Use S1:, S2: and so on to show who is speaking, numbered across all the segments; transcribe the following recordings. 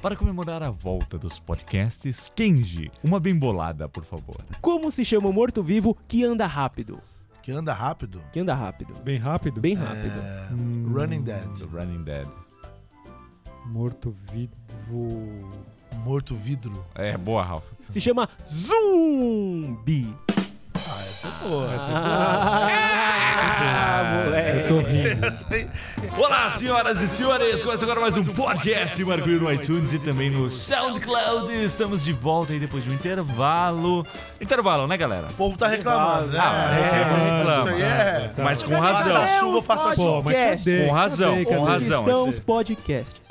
S1: Para comemorar a volta dos podcasts, Kenji, uma bem bolada, por favor.
S2: Como se chama o morto-vivo que anda rápido?
S3: Que anda rápido?
S2: Que anda rápido.
S4: Bem rápido?
S2: Bem rápido.
S3: É,
S1: Hum.
S3: Running
S1: The
S3: Dead.
S1: Running Dead.
S4: Morto-vivo.
S3: Morto vidro.
S1: É, boa, Ralph.
S2: Se chama zumbi.
S3: Ah, essa é boa.
S2: Ah,
S4: Eu
S2: moleque.
S4: tô rindo.
S3: Essa É, aí-
S1: Olá, senhoras e senhores! Começa agora mais um podcast Marcou no iTunes e também no SoundCloud. Estamos de volta aí depois de um intervalo. Intervalo, né, galera?
S3: O povo tá reclamando, né?
S1: Ah,
S3: É,
S1: esse é muito
S3: isso aí é.
S4: Tá.
S1: Mas com
S3: Faça
S1: razão.
S3: chuva, faça sol.
S4: Pô, mas
S2: Podcast.
S4: cadê?
S1: Com razão,
S4: Cadê,
S1: com
S4: cadê?
S1: razão.
S2: Estão
S1: esse-
S2: os podcasts.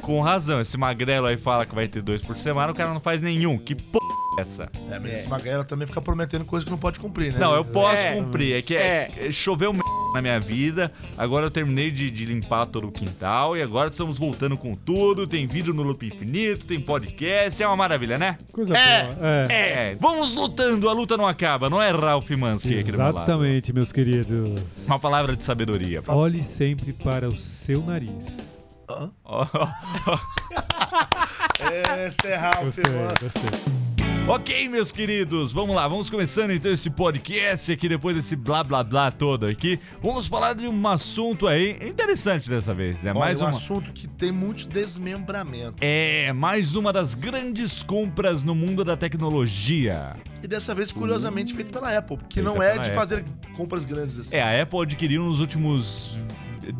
S1: Com razão. Esse magrelo aí fala que vai ter dois por semana, o cara não faz nenhum. Que p é essa?
S3: É, mas esse Magrela também fica prometendo coisa que não pode cumprir, né?
S1: Não, eu posso
S2: É.
S1: cumprir. É que é, é, choveu m na minha vida. Agora eu terminei de, de limpar todo o quintal e agora estamos voltando com tudo. Tem vídeo no loop infinito, tem podcast. É uma maravilha, né?
S4: Coisa boa. É.
S1: É. Vamos lutando, a luta não acaba, não é Ralph Mansky aqui do meu lado.
S4: Exatamente, meus queridos.
S1: Uma palavra de sabedoria.
S4: Olhe sempre para o seu nariz.
S1: Ó,
S3: Esse é Ralph,
S4: Gostei,
S3: mano.
S4: gostei.
S1: ok, meus queridos, vamos lá, vamos começando então esse podcast aqui depois desse blá blá blá todo aqui. Vamos falar de um assunto aí interessante dessa vez, né?
S3: Olha,
S1: Mais
S3: um
S1: uma.
S3: assunto que tem muito desmembramento.
S1: É, mais uma das grandes compras no mundo da tecnologia.
S3: E dessa vez, curiosamente, feito pela Apple, que
S1: Feita
S3: não
S1: Hum.
S3: é
S1: pela
S3: de
S1: Apple.
S3: fazer compras grandes assim.
S1: É, a Apple adquiriu nos últimos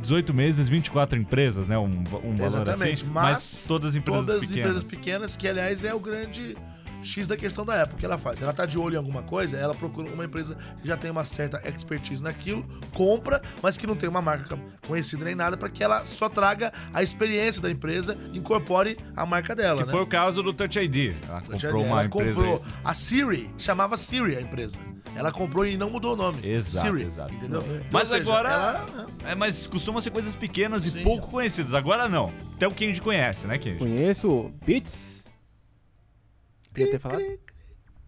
S1: 18 meses 24 empresas, né? Um, um valor
S3: Exatamente,
S1: assim.
S3: mas
S1: todas empresas
S3: Todas as
S1: pequenas.
S3: empresas pequenas, que aliás é o grande X da questão da Apple. O que ela faz? Ela tá de olho em alguma coisa, ela procura uma empresa que já tem uma certa expertise naquilo, compra, mas que não tem uma marca conhecida nem nada, para que ela só traga a experiência da empresa, incorpore a marca dela,
S1: Que
S3: né? Então,
S1: foi o caso do Touch ID. Ela comprou uma
S3: ela
S1: empresa.
S3: comprou a Siri, chamava Siri a empresa. Ela comprou e não mudou o nome.
S1: Exato,
S3: Siri,
S1: exato.
S3: Entendeu? Então,
S1: Mas
S3: ou seja,
S1: agora-
S3: ela-
S1: É, mas costumam ser coisas pequenas e
S3: Sim.
S1: pouco conhecidas. Agora não. Então Até o Kenji conhece, né, Kenji?
S2: Conheço Beats. Queria ter falado.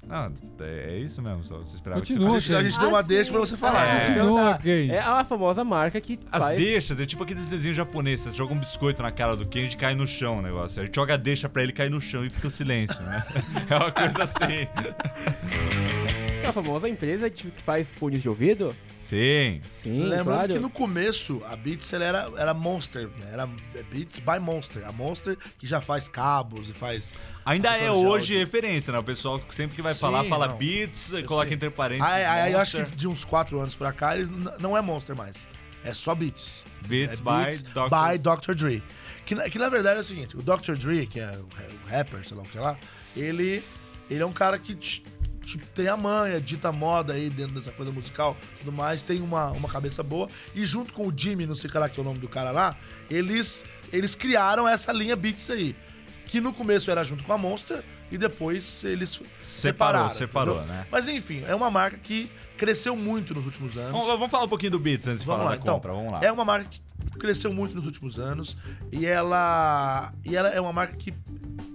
S1: Não, é é isso mesmo. Só você esperava
S4: Continua,
S1: que você
S3: A gente deu
S2: Ah,
S3: uma
S2: sim.
S3: deixa pra você falar.
S1: É.
S3: né?
S4: Continua,
S2: tá.
S4: Kenji.
S2: É a famosa marca que
S1: As
S2: faz...
S1: deixas, é tipo aqueles desenhos japoneses. Você joga um biscoito na cara do Kenji e cai no chão o negócio. A gente joga a deixa pra ele cair no chão e fica o silêncio, né? É uma coisa assim.
S2: É a famosa empresa de- que faz fones de ouvido.
S1: Sim.
S2: Sim,
S3: Lembrando
S2: claro.
S3: que no começo a Beats ela era, era Monster, né? Era Beats by Monster. A Monster que já faz cabos e faz.
S1: Ainda é
S3: Social,
S1: hoje
S3: né?
S1: referência, né? O pessoal sempre que vai
S3: Sim,
S1: falar, fala
S3: não.
S1: beats, coloca
S3: sei.
S1: entre parênteses.
S3: Aí, aí eu acho
S1: monster,
S3: que de uns 4 anos pra cá eles n- não é Monster mais. É só Beats.
S1: Beats
S3: é
S1: by Dr.
S3: by Dr. Dre. Que, na- que na verdade é o seguinte: o Dr. Dre, que é o ra- o rapper, sei lá o que lá, ele, ele é um cara que t- t- tem a manha, dita moda aí dentro dessa coisa musical tudo mais, tem uma, uma cabeça boa. E junto com o Jimmy, não sei lá que é o nome do cara lá, eles, eles criaram essa linha Beats aí. Que no começo era junto com a Monster e depois eles
S1: Separou,
S3: separaram.
S1: separou,
S3: entendeu?
S1: né?
S3: Mas enfim, é uma marca que cresceu muito nos últimos anos.
S1: Vamos, vamos falar um pouquinho do Beats antes de
S3: Vamos
S1: falar
S3: lá,
S1: da
S3: então.
S1: compra. Vamos lá.
S3: É uma marca que cresceu muito nos últimos anos e ela e ela é uma marca que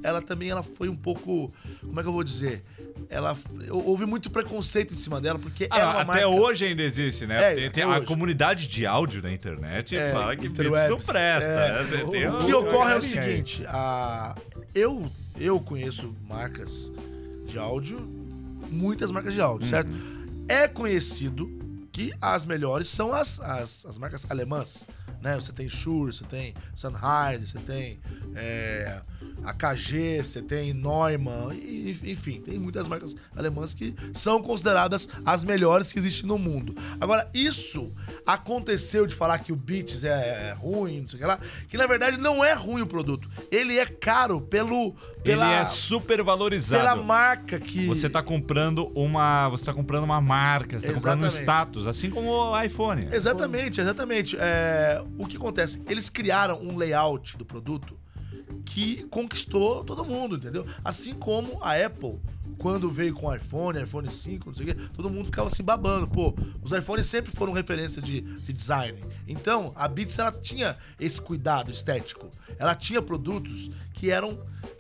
S3: ela também ela foi um pouco, como é que eu vou dizer? Ela eu- houve muito preconceito em cima dela porque
S1: Ah,
S3: é
S1: não,
S3: uma
S1: até
S3: marca
S1: hoje ainda existe, né?
S3: É,
S1: tem, tem
S3: até
S1: a
S3: hoje.
S1: comunidade de áudio da internet
S3: É,
S1: fala que Beats
S3: interwebs,
S1: não presta.
S3: é.
S1: né? Tem
S3: O
S1: uma-
S3: que ocorre é o
S1: Sim.
S3: seguinte, a eu eu conheço marcas de áudio, muitas marcas de áudio, certo?
S1: Uhum.
S3: É conhecido que as melhores são as, as, as marcas alemãs, né? Você tem Shure, você tem Sennheiser, você tem é, AKG, você tem Neumann, e- enfim, tem muitas marcas alemãs que são consideradas as melhores que existem no mundo. Agora, isso aconteceu de falar que o Beats é, é ruim, não sei o que lá, que na verdade não é ruim o produto. Ele é caro pelo... Pela,
S1: Ele é super valorizado.
S3: pela marca que...
S1: Você tá comprando uma. Você tá comprando uma marca, você tá comprando um
S3: Exatamente.
S1: status, assim como o iPhone.
S3: Exatamente, exatamente. É, o que acontece? Eles criaram um layout do produto que conquistou todo mundo, entendeu? Assim como a Apple, quando veio com o iPhone, iPhone 5, não sei o quê, todo mundo ficava se babando. Pô, os iPhones sempre foram referência de, de design. Então, a Beats, ela tinha esse cuidado estético. Ela tinha produtos que eram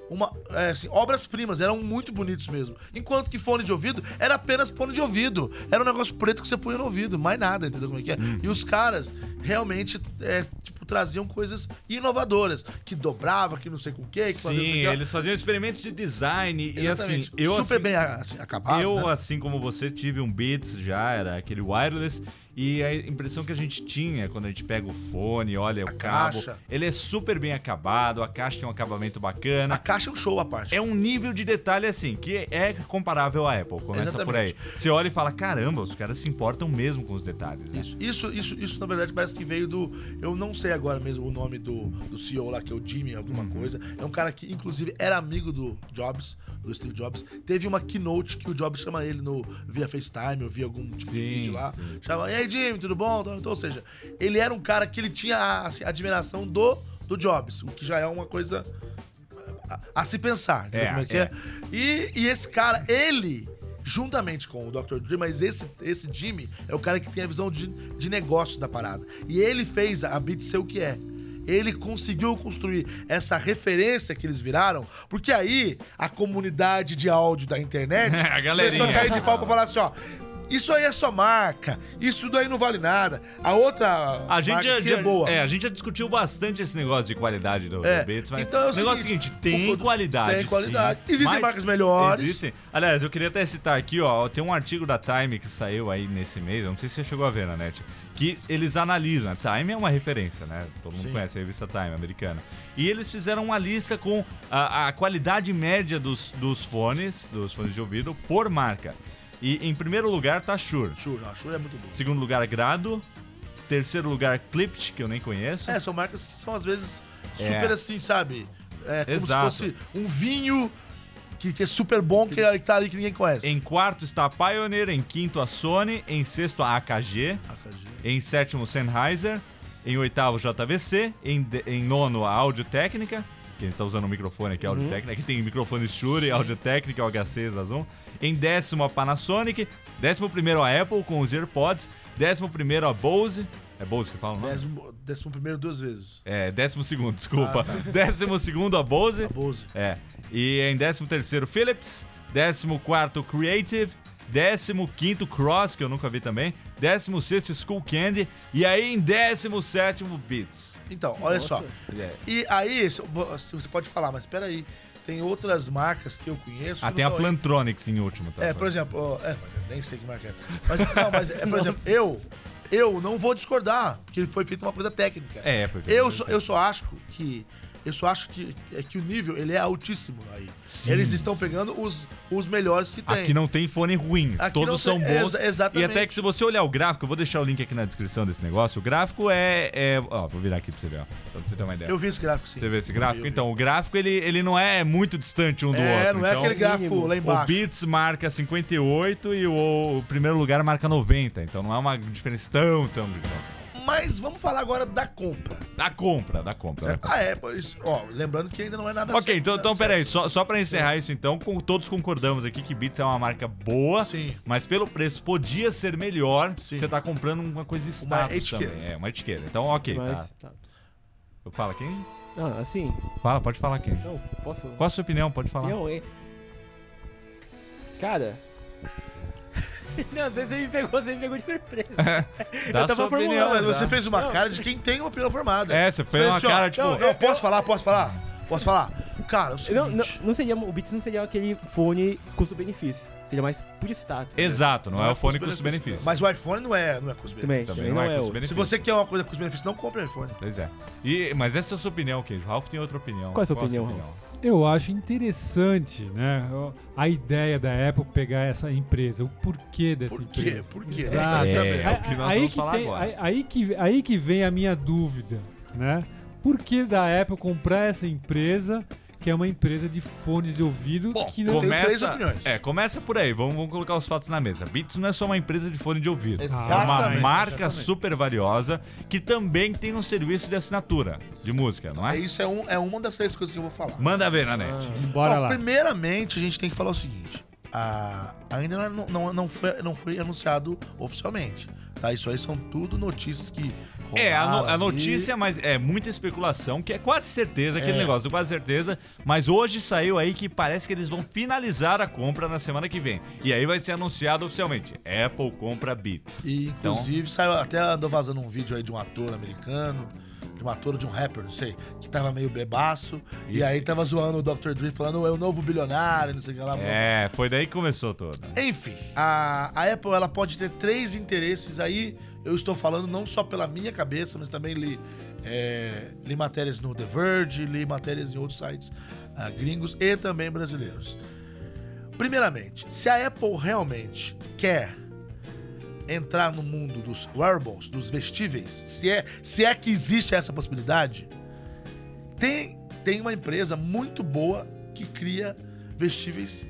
S3: uma, é, assim, obras-primas, eram muito bonitos mesmo. Enquanto que fone de ouvido era apenas fone de ouvido. Era um negócio preto que você punha no ouvido, mais nada, entendeu como é que é?
S1: Hum.
S3: E os caras realmente é, tipo, traziam coisas inovadoras, que dobrava, que não sei com o quê, que, fazia não sei o
S1: Sim,
S3: quê.
S1: eles faziam experimentos de design
S3: Exatamente.
S1: e assim, eu
S3: super
S1: assim,
S3: bem assim, acabado.
S1: Eu,
S3: né?
S1: assim como você, tive um Beats já, era aquele wireless. E a impressão que a gente tinha quando a gente pega o fone, olha
S3: A
S1: o cabo,
S3: caixa.
S1: ele é super bem acabado, a caixa tem um acabamento bacana.
S3: A caixa é um show à parte.
S1: É um nível de detalhe assim, que é comparável à Apple, começa por aí.
S3: Exatamente.
S1: Você olha e fala: caramba, os caras se importam mesmo com os detalhes. Né?
S3: Isso, isso, isso, isso, na verdade, parece que veio do. Eu não sei agora mesmo o nome do, do CEO lá, que é o Jimmy,
S1: Uhum.
S3: alguma coisa. É um cara que, inclusive, era amigo do Jobs, do Steve Jobs. Teve uma keynote que o Jobs chama ele no, via FaceTime, ou via algum tipo de
S1: Sim,
S3: vídeo lá.
S1: sim.
S3: Chama, e aí, Jimmy, tudo bom? Então, ou seja, ele era um cara que ele tinha assim, a admiração do, do Jobs, o que já é uma coisa a, a se pensar, né?
S1: É,
S3: como é que
S1: é.
S3: é? E, e esse cara, ele, juntamente com o Dr. Dre, mas esse, esse Jimmy é o cara que tem a visão de, de negócio da parada. E ele fez a Beat ser o que é. Ele conseguiu construir essa referência que eles viraram, porque aí a comunidade de áudio da internet
S1: A
S3: começou a
S1: galerinha.
S3: cair de pau pra falar assim, ó. Isso aí é só marca, isso daí não vale nada. A outra
S1: A gente,
S3: marca
S1: já,
S3: aqui
S1: já-
S3: é boa.
S1: a gente já discutiu bastante esse negócio de qualidade do, do
S3: É,
S1: Beats, mas
S3: então é o
S1: negócio
S3: seguinte,
S1: é o seguinte, tem
S3: o-
S1: qualidade.
S3: tem qualidade.
S1: sim,
S3: Existem
S1: mas
S3: marcas melhores.
S1: Existem. Aliás, eu queria até citar aqui, ó, tem um artigo da Time que saiu aí nesse mês, eu não sei se você chegou a ver na net, que eles analisam. A Time é uma referência, né? Todo mundo
S3: Sim.
S1: conhece a revista Time americana. E eles fizeram uma lista com a, a qualidade média dos, dos fones, dos fones de ouvido, por marca. E em primeiro lugar tá Shure.
S3: Shure, não, Shure é muito bom.
S1: Segundo lugar, Grado. Terceiro lugar, Clipped, que eu nem conheço.
S3: É, são marcas que são às vezes
S1: É.
S3: super assim, sabe? É como
S1: Exato.
S3: se fosse um vinho que, que é super bom, que, que tá ali que ninguém conhece.
S1: Em quarto está a Pioneer, em quinto a Sony, em sexto a AKG,
S3: AKG.
S1: em sétimo Sennheiser, em oitavo JVC, em, de- em nono a Audio Técnica, que ele tá usando o microfone aqui,
S3: Uhum.
S1: Audio Técnica, aqui tem microfone Shure, Audio Técnica, HCs da Zoom, em décimo a Panasonic, décimo primeiro a Apple com os AirPods, décimo primeiro a Bose, é Bose que fala o nome?
S3: Décimo, décimo primeiro duas vezes.
S1: É, décimo segundo, desculpa. Décimo segundo a Bose,
S3: tá. A Bose.
S1: É. E em 13o Philips, 14o Creative, 15o Cross, que eu nunca vi também, 16o School Candy e aí em 17o Beats.
S3: Então, olha só.
S1: É.
S3: E aí, se- se você pode falar, mas peraí, tem outras marcas que eu conheço.
S1: Ah,
S3: que
S1: tem a
S3: não tão aí.
S1: Plantronics em último, tá?
S3: É, por exemplo, ó, é, mas eu nem sei que marca é. Mas, não, mas é, por exemplo, eu, eu não vou discordar, porque foi feita uma coisa técnica.
S1: É, foi
S3: Eu só, eu só acho que. Eu só acho que, é que o nível ele é altíssimo aí.
S1: Sim,
S3: Eles estão
S1: sim.
S3: pegando os, os melhores que tem.
S1: Aqui não tem fone ruim,
S3: Aqui não
S1: todos são
S3: tem-
S1: bons.
S3: exa- exatamente.
S1: E até que se você olhar o gráfico, eu vou deixar o link aqui na descrição desse negócio. O gráfico é. é- ó, vou virar aqui pra você ver, ó. Pra você ter uma ideia.
S3: Eu vi esse gráfico,
S1: é.
S3: sim.
S1: Você vê esse
S3: Eu
S1: gráfico?
S3: vi, eu vi.
S1: Então, o gráfico ele, ele não é muito distante um do
S3: é,
S1: outro.
S3: não é
S1: então-
S3: aquele gráfico
S2: mínimo.
S3: lá
S1: O
S3: embaixo.
S1: Beats marca 58 e o, o primeiro lugar marca 90. Então não é uma diferença tão, tão grande.
S3: Mas vamos falar agora da compra.
S1: Da compra, da compra. né?
S3: certo? Ah, é, pô, isso, ó, lembrando que ainda não é nada
S1: Ok,
S3: certo,
S1: então,
S3: nada
S1: então
S3: certo.
S1: peraí, só, só pra encerrar isso então, com- todos concordamos aqui que Beats é uma marca boa,
S3: Sim.
S1: mas pelo preço podia ser melhor
S3: Sim.
S1: você tá comprando uma coisa de status
S3: etiqueta.
S1: também. É, uma etiqueta. Então, ok,
S2: Mas,
S1: tá.
S2: tá.
S1: Fala, quem?
S2: Ah, assim,
S1: Fala, pode falar, quem?
S2: não, posso...
S1: Qual a sua opinião? Pode falar.
S2: Não, é... Cara... não, às vezes você me pegou, você me pegou de surpresa.
S1: Dá
S2: eu tava
S1: sua
S2: formulando,
S1: opinião. tá.
S3: Não, mas você
S1: dá.
S3: fez uma
S2: Não.
S3: cara de quem tem uma opinião formada.
S1: É, você fez uma
S3: assim, ó,
S1: cara, tipo,
S3: Não, não, posso falar, posso falar? Posso falar? Cara, é o seguinte,
S2: Não, não, não seria, o Beats não seria aquele fone custo-benefício. Seria mais por status. né?
S1: Exato, não, é o fone
S3: custo-benefício.
S1: custo-benefício.
S3: Mas o iPhone não é, não é
S2: Também,
S3: custo-benefício.
S1: Também não, é,
S2: o-
S3: Se
S1: custo-benefício.
S3: você quer uma coisa custo-benefício, não compre um iPhone.
S1: Pois é. E, mas essa é a sua opinião, Queijo. O Ralph tem outra opinião.
S2: Qual é a sua opinião,
S1: Ralph?
S4: Eu acho interessante, né? A ideia da Apple pegar essa empresa, o porquê dessa
S3: Por quê?
S4: empresa.
S3: Por quê?
S4: Exato.
S3: É,
S1: é o que nós vamos falar
S4: tem-
S1: agora.
S4: aí- aí que, aí que vem a minha dúvida, né? Por que da Apple comprar essa empresa, que é uma empresa de fones de ouvido,
S1: Bom,
S4: que não
S3: tenho
S1: começa,
S3: três opiniões.
S1: É, começa por aí. Vamos, vamos colocar os fatos na mesa. Beats não é só uma empresa de fone de ouvido. É uma
S3: Exatamente,
S1: marca
S3: exatamente.
S1: super valiosa que também tem um serviço de assinatura de música, não
S3: É,
S1: é?
S3: isso é, um, é uma das três coisas que eu vou falar.
S1: Manda ver na net.
S4: Bora
S3: Ó,
S4: lá.
S3: Primeiramente, a gente tem que falar o seguinte. a- ainda não, não, não, foi, não foi anunciado oficialmente. Tá? Isso aí são tudo notícias que.
S1: É, a, no-
S3: rolaram
S1: a
S3: aí.
S1: notícia, mas é muita especulação, que é quase certeza, aquele negócio, quase certeza. Mas hoje saiu aí que parece que eles vão finalizar a compra na semana que vem. E aí vai ser anunciado oficialmente. Apple compra Beats.
S3: E,
S1: Então-
S3: inclusive, saiu até andou vazando um vídeo aí de um ator americano, de um ator ou de um rapper, não sei, que tava meio bebaço. E
S1: Isso.
S3: aí tava zoando o Dr. Dre falando, é o novo bilionário, não sei o que lá.
S1: É, foi daí que começou todo.
S3: Enfim, a, a Apple ela pode ter três interesses aí. Eu estou falando não só pela minha cabeça, mas também li, é, li matérias no The Verge, li matérias em outros sites ah, gringos e também brasileiros. Primeiramente, se a Apple realmente quer entrar no mundo dos wearables, dos vestíveis, se é, se é que existe essa possibilidade, tem, tem uma empresa muito boa que cria vestíveis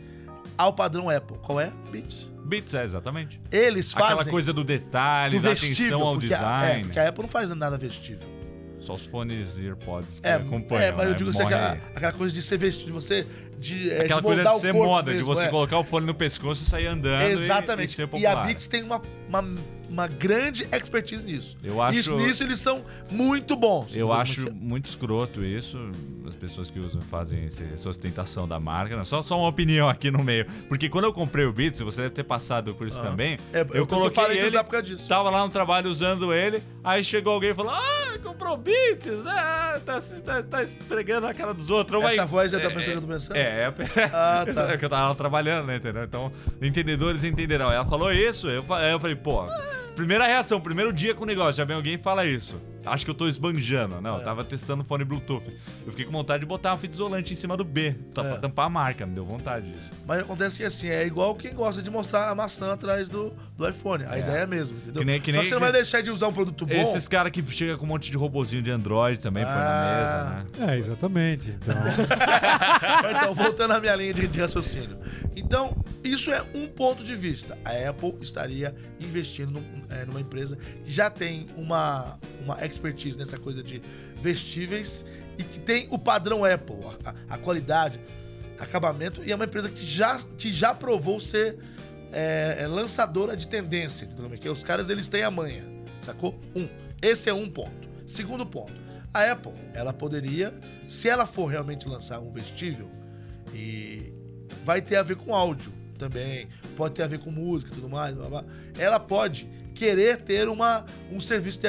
S3: ao padrão Apple. Qual é? Beats.
S1: Beats, é, exatamente.
S3: Eles fazem
S1: Aquela coisa do detalhe,
S3: do
S1: da
S3: vestível,
S1: atenção ao
S3: porque A, é,
S1: design.
S3: porque a Apple não faz nada vestível.
S1: Só os fones e AirPods que
S3: É,
S1: acompanham.
S3: é, mas eu
S1: né?
S3: digo assim,
S1: Morre
S3: aquela,
S1: aí.
S3: aquela coisa de ser vestido, de você de, é,
S1: Aquela
S3: de
S1: coisa
S3: moldar
S1: de
S3: o
S1: ser
S3: corpo
S1: moda, de
S3: mesmo,
S1: você
S3: é.
S1: colocar o fone no pescoço e sair andando. e-
S3: Exatamente.
S1: E, ser
S3: e a
S1: popular.
S3: Beats tem uma, uma, uma grande expertise nisso.
S1: Eu acho-
S3: Isso, nisso eles são muito bons.
S1: Eu
S3: Como
S1: acho
S3: que é?
S1: muito escroto isso, as pessoas que usam fazem esse- essa ostentação da marca. né? Só, só uma opinião aqui no meio. Porque quando eu comprei o Beats, você deve ter passado por isso também.
S3: É,
S1: eu,
S3: eu
S1: coloquei
S3: parei de
S1: ele, Tá,
S3: usar por causa disso.
S1: tava lá no trabalho usando ele, aí chegou alguém e falou: Ah, comprou o Beats, ah, tá, tá, tá esfregando a cara dos outros. então Vai-
S3: Essa voz é da pessoa que eu tô pensando?
S1: é, é,
S3: Ah,
S1: é
S3: tá.
S1: que eu tava trabalhando, né, entendeu? Então, entendedores entenderão. Ela falou isso, eu, fa- eu falei, pô, primeira reação, primeiro dia com o negócio, já vem alguém e fala isso. Acho que eu tô esbanjando.
S3: É.
S1: Não, eu tava testando fone Bluetooth. Eu fiquei com vontade de botar uma fita isolante em cima do B, tá,
S3: É.
S1: pra tampar a marca, me deu vontade disso.
S3: Mas acontece que assim, é igual quem gosta de mostrar a maçã atrás do, do iPhone. A ideia é a mesma, entendeu?
S1: Que nem- que
S3: Só
S1: nem-
S3: que você não vai deixar de usar um produto bom.
S1: Esses caras que chegam com um monte de robozinho de Android também, põe na
S3: Ah.
S1: mesa, né?
S4: É, exatamente. Então,
S3: Então, voltando à minha linha de, de raciocínio. Então, isso é um ponto de vista. A Apple estaria investindo num- é, numa empresa que já tem uma, uma expertise nessa coisa de vestíveis e que tem o padrão Apple, a, a- a qualidade, acabamento, e é uma empresa que já, que já provou ser é, é, lançadora de tendência. entendeu? Porque os caras eles têm a manha, sacou? Um. Esse é um ponto. Segundo ponto, a Apple, ela poderia, se ela for realmente lançar um vestível, e vai ter a ver com áudio também, pode ter a ver com música e tudo mais, blá, blá. ela pode querer ter uma, um serviço de,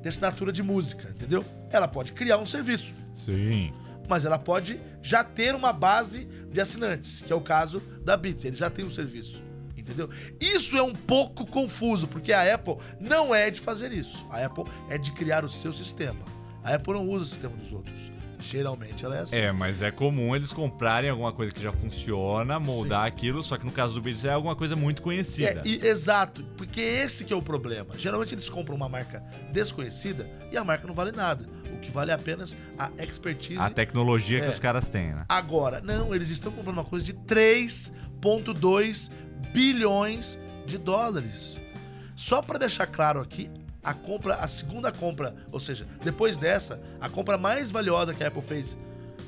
S3: de assinatura de música, entendeu? Ela pode criar um serviço
S1: Sim.
S3: mas ela pode já ter uma base de assinantes, que é o caso da Beats. Ele já tem um serviço, entendeu? Isso é um pouco confuso, porque a Apple não é de fazer isso. A Apple é de criar o seu sistema. A Apple não usa o sistema dos outros. Geralmente ela é assim.
S1: É, mas é comum eles comprarem alguma coisa que já funciona, moldar aquilo, só que no caso do Beats é alguma coisa muito conhecida.
S3: É, e- exato, porque esse que é o problema. Geralmente eles compram uma marca desconhecida e a marca não vale nada. O que vale é apenas a expertise
S1: A tecnologia que
S3: É.
S1: os caras têm, né?
S3: Agora, não, eles estão comprando uma coisa de 3,2 bilhões de dólares. Só para deixar claro aqui, a compra, a segunda compra, ou seja, depois dessa, a compra mais valiosa que a Apple fez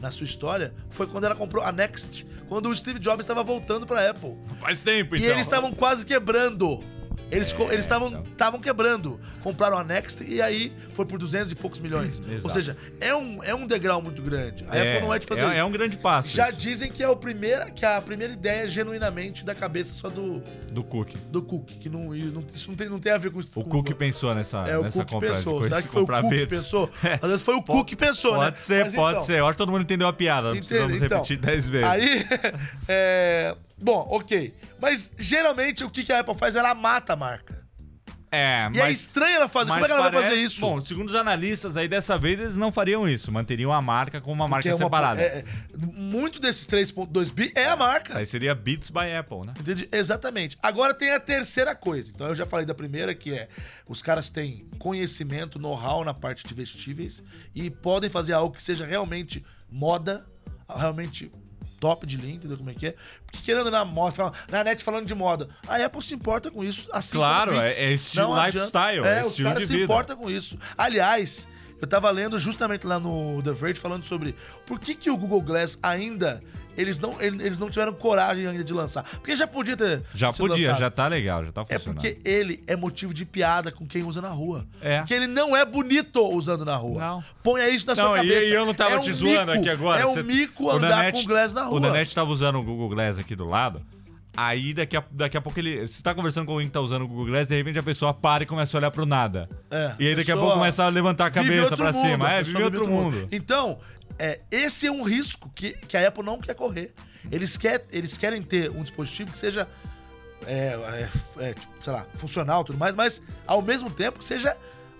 S3: na sua história foi quando ela comprou a Next, quando o Steve Jobs estava voltando para a Apple.
S1: Faz tempo, então.
S3: E eles estavam quase quebrando. Eles co- eles estavam
S1: então.
S3: estavam quebrando. Compraram a Next e aí foi por 200 e poucos milhões.
S1: Exato.
S3: Ou seja, é um, é um degrau muito grande. A Apple não é de fazer
S1: é,
S3: isso.
S1: é um grande passo.
S3: Já
S1: isso,
S3: dizem que é o primeira, que a primeira ideia é genuinamente da cabeça só do,
S1: do Cook.
S3: do Cook, que não, e não- isso não tem, não tem a ver com isso.
S1: O
S3: com-
S1: Cook pensou nessa,
S3: é, o
S1: nessa
S3: Cook
S1: compra de
S3: pensou.
S1: coisa.
S3: Será que foi o
S1: comprar
S3: Cook que
S1: Beats.
S3: pensou? Às vezes foi o Cook que pensou, né?
S1: Pode ser,
S3: Mas
S1: pode
S3: então,
S1: ser. Eu acho que todo mundo entendeu a piada. Não
S3: Entendo,
S1: precisamos
S3: então.
S1: repetir dez vezes.
S3: Aí, é, bom, ok. Mas geralmente o que que a Apple faz? Ela mata a marca.
S1: é,
S3: E é
S1: mas.
S3: estranho ela fazer.
S1: mas
S3: Como é que ela vai
S1: parece-
S3: fazer isso?
S1: Bom, segundo os analistas, aí dessa vez eles não fariam isso. Manteriam a marca como uma marca
S3: Porque é uma-
S1: separada.
S3: é- é- muito desses 3.2 bi é a marca.
S1: Aí seria Beats by Apple, né?
S3: Entendi. Exatamente. Agora tem a terceira coisa. Então eu já falei da primeira, que é os caras têm conhecimento, know-how na parte de vestíveis e podem fazer algo que seja realmente moda, realmente top de linha, entendeu como é que é? Porque querendo na moda, fala- na net falando de moda, a Apple se importa com isso, assim
S1: Claro,
S3: como o Beats.
S1: é- é estilo
S3: Não adianta.
S1: lifestyle, é
S3: os
S1: estilo
S3: caras
S1: de
S3: se
S1: vida.
S3: importam com isso. Aliás, Eu tava lendo justamente lá no The Verge falando sobre por que, que o Google Glass ainda. Eles não, ele- eles não tiveram coragem ainda de lançar. Porque já podia ter.
S1: Já
S3: sido
S1: podia,
S3: lançado.
S1: já tá legal, já tá
S3: É
S1: funcionando.
S3: porque ele é motivo de piada com quem usa na rua.
S1: É.
S3: Porque ele não é bonito usando na rua.
S1: Não.
S3: Ponha isso na
S1: Não,
S3: sua
S1: e-
S3: cabeça.
S1: e eu não tava
S3: É um
S1: te zoando
S3: mico,
S1: aqui agora.
S3: É um
S1: Cê-
S3: mico andar com Glass na rua.
S1: O Nanete tava usando o Google Glass aqui do lado. Aí daqui a, daqui a pouco ele. Você tá conversando com alguém que tá usando o Google Glass e de repente a pessoa para e começa a olhar pro nada.
S3: É,
S1: e aí daqui a
S3: pessoa
S1: pouco começa a levantar a
S3: vive
S1: cabeça
S3: outro
S1: pra
S3: mundo,
S1: cima.
S3: a
S1: É,
S3: pessoa
S1: vive outro mundo.
S3: Então, é, esse é um risco que, que a Apple não quer correr. Eles, quer, eles querem ter um dispositivo que seja, é, é, é, tipo, sei lá, funcional e tudo mais, mas ao mesmo tempo que seja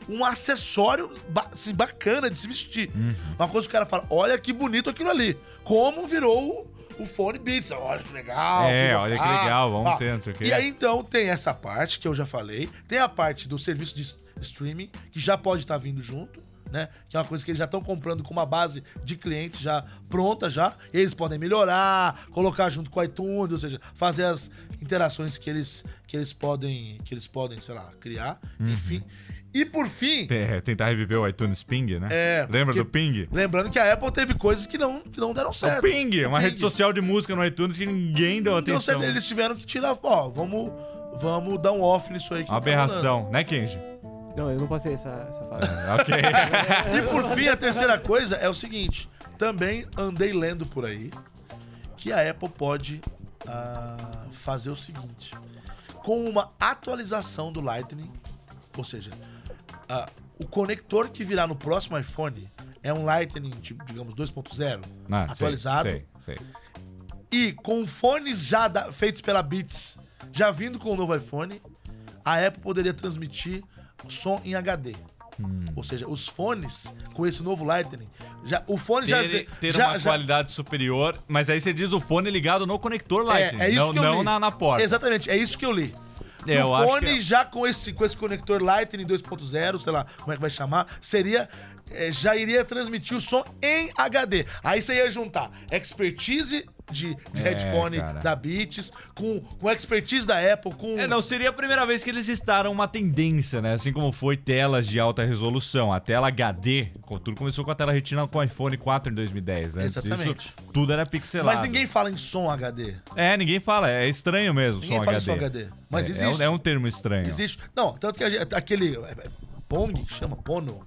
S3: um acessório ba- assim, bacana de se vestir.
S1: Uhum.
S3: Uma coisa que o cara fala, olha que bonito aquilo ali. Como virou o, o fone Beats. Olha que legal.
S1: É,
S3: legal.
S1: olha que legal, vamos
S3: Ah,
S1: ter, não sei o quê.
S3: E aí, então, tem essa parte que eu já falei. Tem a parte do serviço de s- streaming, que já pode estar vindo junto, né? Que é uma coisa que eles já estão comprando com uma base de clientes já pronta já. Eles podem melhorar, colocar junto com o iTunes, ou seja, fazer as interações que eles, que eles podem, que eles podem, sei lá, criar. Enfim. E por fim,
S1: Uhum. Tem- é, tentar reviver o iTunes Ping, né?
S3: É,
S1: Lembra
S3: porque-
S1: do Ping?
S3: lembrando que a Apple teve coisas que não, que não deram
S1: É
S3: certo.
S1: o Ping, uma
S3: Ping.
S1: rede social de música no iTunes que ninguém deu
S3: Não deu
S1: atenção.
S3: certo, eles tiveram que tirar, ó, vamos, vamos dar um off nisso aí. Que
S1: Uma
S3: não tá rolando.
S1: aberração, né, Kenji?
S2: Não, eu não passei essa, essa fase.
S1: ok.
S3: E por fim, a terceira coisa é o seguinte: também andei lendo por aí que a Apple pode ah, fazer o seguinte: com uma atualização do Lightning, ou seja, ah, o conector que virá no próximo iPhone é um Lightning, tipo, digamos, 2.0,
S1: Não, Ah, sei,
S3: atualizado,
S1: Sei, sei.
S3: e com fones já da- feitos pela Beats, já vindo com o novo iPhone, a Apple poderia transmitir som em HD.
S1: Hum.
S3: Ou seja, os fones com esse novo Lightning, já, o fone já
S1: Ter, ter
S3: já,
S1: uma
S3: já-
S1: qualidade superior, mas aí você diz o fone ligado no conector Lightning,
S3: é isso
S1: não,
S3: que eu
S1: não
S3: li.
S1: na, na porta.
S3: Exatamente, é isso que eu li.
S1: É, eu
S3: o
S1: acho
S3: fone
S1: que é.
S3: já com esse, com esse conector Lightning 2.0, sei lá como é que vai chamar, seria. é, já iria transmitir o som em HD. Aí você ia juntar expertise de, de
S1: É,
S3: headphone
S1: cara.
S3: da Beats, com, com expertise da Apple, com.
S1: É, não seria a primeira vez que eles listaram uma tendência, né? Assim como foi telas de alta resolução, a tela HD. com- Tudo começou com a tela retina com o iPhone 4 em 2010, né? Antes disso,
S3: Exatamente.
S1: tudo era pixelado.
S3: Mas ninguém fala em som HD.
S1: É, ninguém fala. É estranho mesmo
S3: Ninguém
S1: som
S3: fala
S1: HD.
S3: em som HD.
S1: é,
S3: Mas
S1: é um-
S3: existe.
S1: É um, termo estranho.
S3: Existe. Não, tanto que a gente- aquele. é, é, Pong, que chama Pono,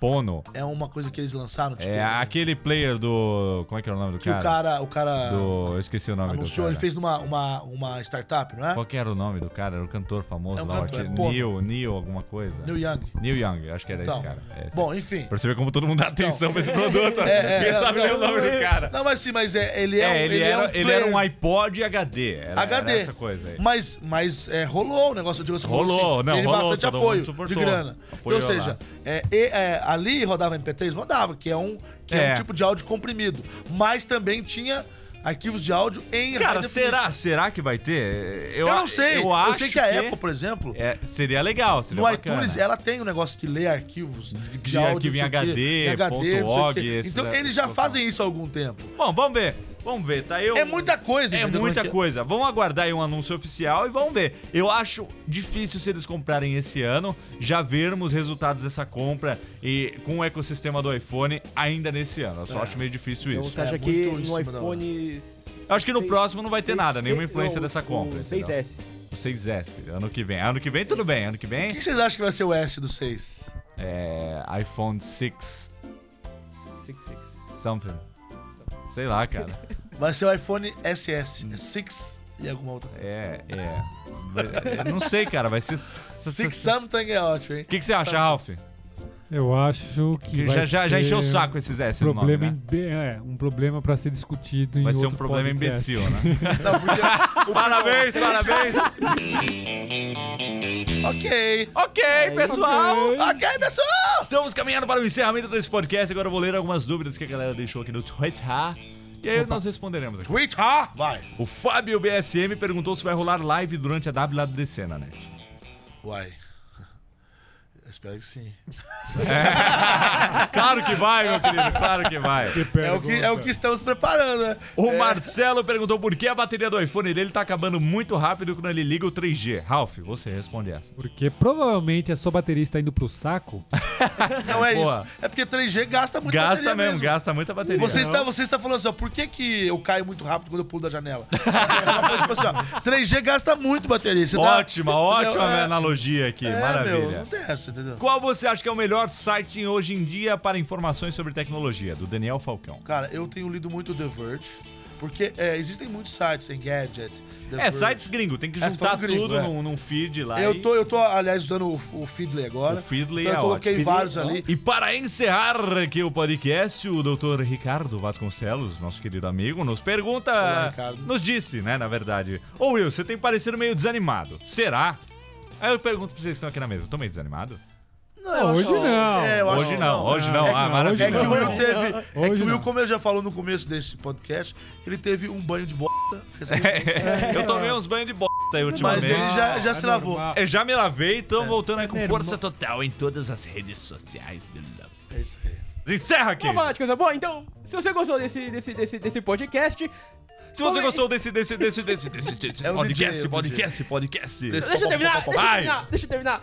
S1: Pono.
S3: é uma coisa que eles lançaram, tipo.
S1: É aquele player do... Como é que era o nome do
S3: que
S1: cara?
S3: o cara. O cara
S1: Do... Eu esqueci o nome
S3: anunciou,
S1: do
S3: ele
S1: cara.
S3: fez numa uma, uma startup, não é?
S1: Qual que era o nome do cara? Era o cantor famoso
S3: É um
S1: lá. o
S3: cantor,
S1: arti-
S3: é Pono.
S1: Neil, Neil alguma coisa.
S3: Neil Young.
S1: Neil Young, acho que era
S3: Então,
S1: é? esse cara. É, esse
S3: Bom, enfim. Então,
S1: Perceber como todo mundo dá atenção pra esse produto.
S3: É, é,
S1: Ninguém
S3: é,
S1: sabe
S3: não,
S1: ler o nome
S3: não,
S1: do cara.
S3: Não, mas sim, mas é, ele é, um,
S1: é, ele,
S3: é
S1: era,
S3: um
S1: ele era um
S3: player
S1: iPod HD. Era, era
S3: HD.
S1: essa coisa aí.
S3: Mas, mas é, rolou o negócio, eu digo assim,
S1: Rolou,
S3: assim,
S1: não,
S3: teve
S1: rolou,
S3: bastante
S1: todo mundo
S3: apoio de
S1: suportou.
S3: grana.
S1: Apoiou
S3: Ou seja,
S1: lá.
S3: é, e- é, ali rodava MP3? Rodava, que é um, que é.
S1: É.
S3: um tipo de áudio comprimido. Mas também tinha arquivos de áudio em
S1: Cara,
S3: high
S1: será?
S3: definition.
S1: Será que vai ter?
S3: é Eu, não sei.
S1: Eu,
S3: Eu,
S1: acho
S3: sei que a Apple, por exemplo,
S1: é, seria legal, seria
S3: no
S1: bacana.
S3: iTunes, ela tem um negócio que lê arquivos de,
S1: de
S3: áudio,
S1: arquivo em
S3: não sei o quê,
S1: HD,
S3: em HD, não sei o
S1: .org,
S3: quê.
S1: esses-
S3: Então, eles já fazem isso há algum tempo.
S1: Bom, vamos ver. Vamos ver, tá? Eu...
S3: É muita coisa,
S1: É
S3: entendeu?
S1: muita
S3: Porque-
S1: coisa. Vamos aguardar aí um anúncio oficial e vamos ver. Eu acho difícil se eles comprarem esse ano, já vermos resultados dessa compra e com o ecossistema do iPhone ainda nesse ano. Eu só acho meio difícil
S2: Então
S1: isso.
S2: você acha
S3: É
S2: que
S3: muito em
S2: no
S3: cima da hora.
S2: iPhone.
S1: Eu acho que no
S2: seis-
S1: próximo não vai ter
S2: seis-
S1: nada, nenhuma
S2: seis-
S1: influência
S2: não,
S1: dessa
S2: o-
S1: compra,
S2: O
S1: entendeu?
S2: 6S.
S1: O 6S, ano que vem. Ano que vem tudo bem, ano que
S3: O
S1: vem
S3: que vocês acham que vai ser o S do 6?
S1: é iPhone 6 something. Sei lá, cara.
S3: Vai ser o iPhone SS. É 6 e alguma outra.
S1: É, é. Vai- eu Não sei, cara, vai ser 6
S3: Six something é ótimo, hein?
S1: O que, que você acha, Ralph?
S4: Eu acho que.
S1: Que
S4: vai
S1: já, já, já encheu o
S4: ser um
S1: saco esses S no nome,
S4: Problema
S1: né?
S4: imbe- é, um problema pra ser discutido em
S1: Vai ser um
S4: outro
S1: problema
S4: podcast.
S1: imbecil, né?
S3: Não, porque...
S1: Parabéns, parabéns.
S3: ok.
S1: ok,
S4: É
S1: pessoal.
S3: Ok, pessoal!
S1: Estamos caminhando para o encerramento desse podcast. Agora eu vou ler algumas dúvidas que a galera deixou aqui no Twitter. E aí nós responderemos aqui.
S3: Tweet, ha! Vai.
S1: O Fábio BSM perguntou se vai rolar live durante a WWDC, na net.
S3: Uai. Espero que sim.
S1: Claro que vai, meu querido, claro que vai.
S3: É o que, é o que estamos preparando, né?
S1: O
S3: É,
S1: Marcelo perguntou por que a bateria do iPhone dele tá acabando muito rápido quando ele liga o 3G. Ralph, você responde essa.
S4: Porque provavelmente a sua bateria está indo pro saco.
S3: Não é
S1: Boa.
S3: isso. É porque 3G gasta muito né?
S1: Gasta mesmo, gasta muita bateria.
S3: Você está, você está falando assim, ó, por que, que eu caio muito rápido quando eu pulo da janela? Ela falou, tipo assim, ó, 3G gasta muito bateria. Você tá-
S1: Ótima, ótima
S3: Entendeu? É,
S1: analogia aqui,
S3: é, meu,
S1: maravilha.
S3: não tem essa, entendeu?
S1: Qual você acha que é o melhor site hoje em dia para informações sobre tecnologia? Do Daniel Falcão.
S3: Cara, eu tenho lido muito The Verge, porque é, existem muitos sites em Gadget. The
S1: É,
S3: Verge.
S1: sites gringo, tem que
S3: É,
S1: juntar
S3: tudo gringo,
S1: tudo
S3: é.
S1: num, num feed lá. e-
S3: Eu tô, eu tô, aliás, usando o, o Feedly agora.
S1: O Feedly
S3: então
S1: é
S3: eu coloquei
S1: ótimo.
S3: vários ali.
S1: E para encerrar aqui o podcast, o Dr. Ricardo Vasconcelos, nosso querido amigo, nos pergunta.
S3: Olá, Ricardo.
S1: nos disse, né, na verdade. Ô Will, você tem parecido meio desanimado. Será? Aí eu pergunto pra vocês que estão aqui na mesa, eu tô meio desanimado?
S3: Não, eu
S4: Hoje não.
S3: é, eu acho-
S1: hoje não, hoje
S4: não.
S1: não.
S4: É que
S1: ah,
S4: não,
S1: maravilha.
S3: É que o Will
S4: Hoje
S3: teve. é que
S4: Hoje
S3: o Will,
S4: não.
S3: como ele já falou no começo desse podcast, ele teve um banho de bosta
S1: É,
S3: recentemente.
S1: eu tomei uns banhos de bosta aí
S3: Mas
S1: ultimamente.
S3: ele já, já se lavou.
S1: Eu já me lavei, então voltando aí com
S4: É
S1: força total em todas as redes sociais do Love.
S3: É isso aí.
S1: Encerra aqui!
S2: Vamos falar de coisa boa? Então, se você gostou desse, desse, desse, desse podcast,
S1: Se você gostou desse, desse, desse, desse, desse, desse
S3: É o
S1: podcast,
S3: DJ, é o
S1: podcast, podcast,
S3: Desse-
S2: deixa eu terminar, deixa eu
S1: Vai.
S2: terminar, deixa eu terminar.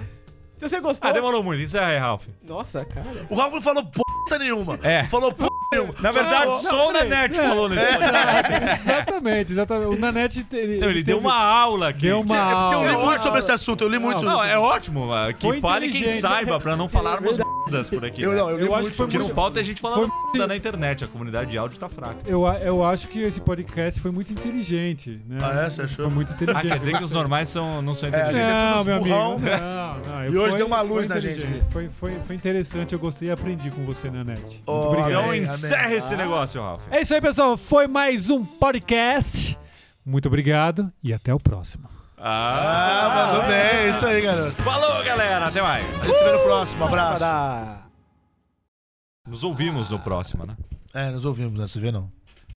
S2: Se você gostou...
S1: Ah, demorou muito. Encerra aí, Ralph.
S2: Nossa, cara.
S3: O Raul não falou porra nenhuma.
S1: É.
S3: Não falou porra nenhuma.
S1: Na verdade,
S3: não,
S1: só o
S4: peraí.
S1: Nanete
S4: É.
S1: falou nesse podcast.
S4: Exatamente, exatamente. O Nanete. te- Ele,
S1: Não, ele deu
S4: teve-
S1: uma aula aqui.
S4: Deu uma.
S3: É porque eu li
S1: Não,
S4: aula.
S3: muito sobre esse assunto, eu li muito.
S1: Não, é ótimo. ah, Que
S4: Foi
S1: fale quem
S4: inteligente.
S1: saiba, pra não falarmos merdas por aqui.
S3: É Eu não,
S1: né?
S3: eu li
S4: Eu acho
S3: muito.
S4: que foi
S1: Porque
S3: sobre
S1: não
S3: isso.
S1: falta a gente falando
S4: Foi-
S1: merda na internet. A comunidade de áudio tá fraca.
S4: Eu, a- eu acho que esse podcast foi muito inteligente. Né?
S3: Ah, é? Você achou?
S4: Foi muito
S1: Ah,
S4: inteligente.
S1: quer dizer que os normais são, não são
S3: É, a gente
S1: inteligentes.
S3: é
S4: não,
S3: tudo
S4: meu amigo.
S3: burrão.
S4: Não, não,
S3: E hoje
S4: foi-
S3: deu uma luz
S4: foi
S3: na gente
S4: inteligente. Foi, foi, foi interessante, eu gostei e aprendi com você, Nanete.
S3: Ó,
S4: muito obrigado.
S1: Então
S3: amém,
S1: encerra
S3: amém. Ah.
S1: esse negócio, Ralph.
S4: É isso aí, pessoal. Foi mais um podcast. Muito obrigado e até o próximo.
S1: Ah,
S3: Ah, mandou bem, é isso aí, garoto.
S1: Falou, galera. Até mais.
S3: A gente se vê no próximo, abraço.
S2: Para...
S1: Nos ouvimos no próximo, né?
S3: É, nos ouvimos, né? Se vê não.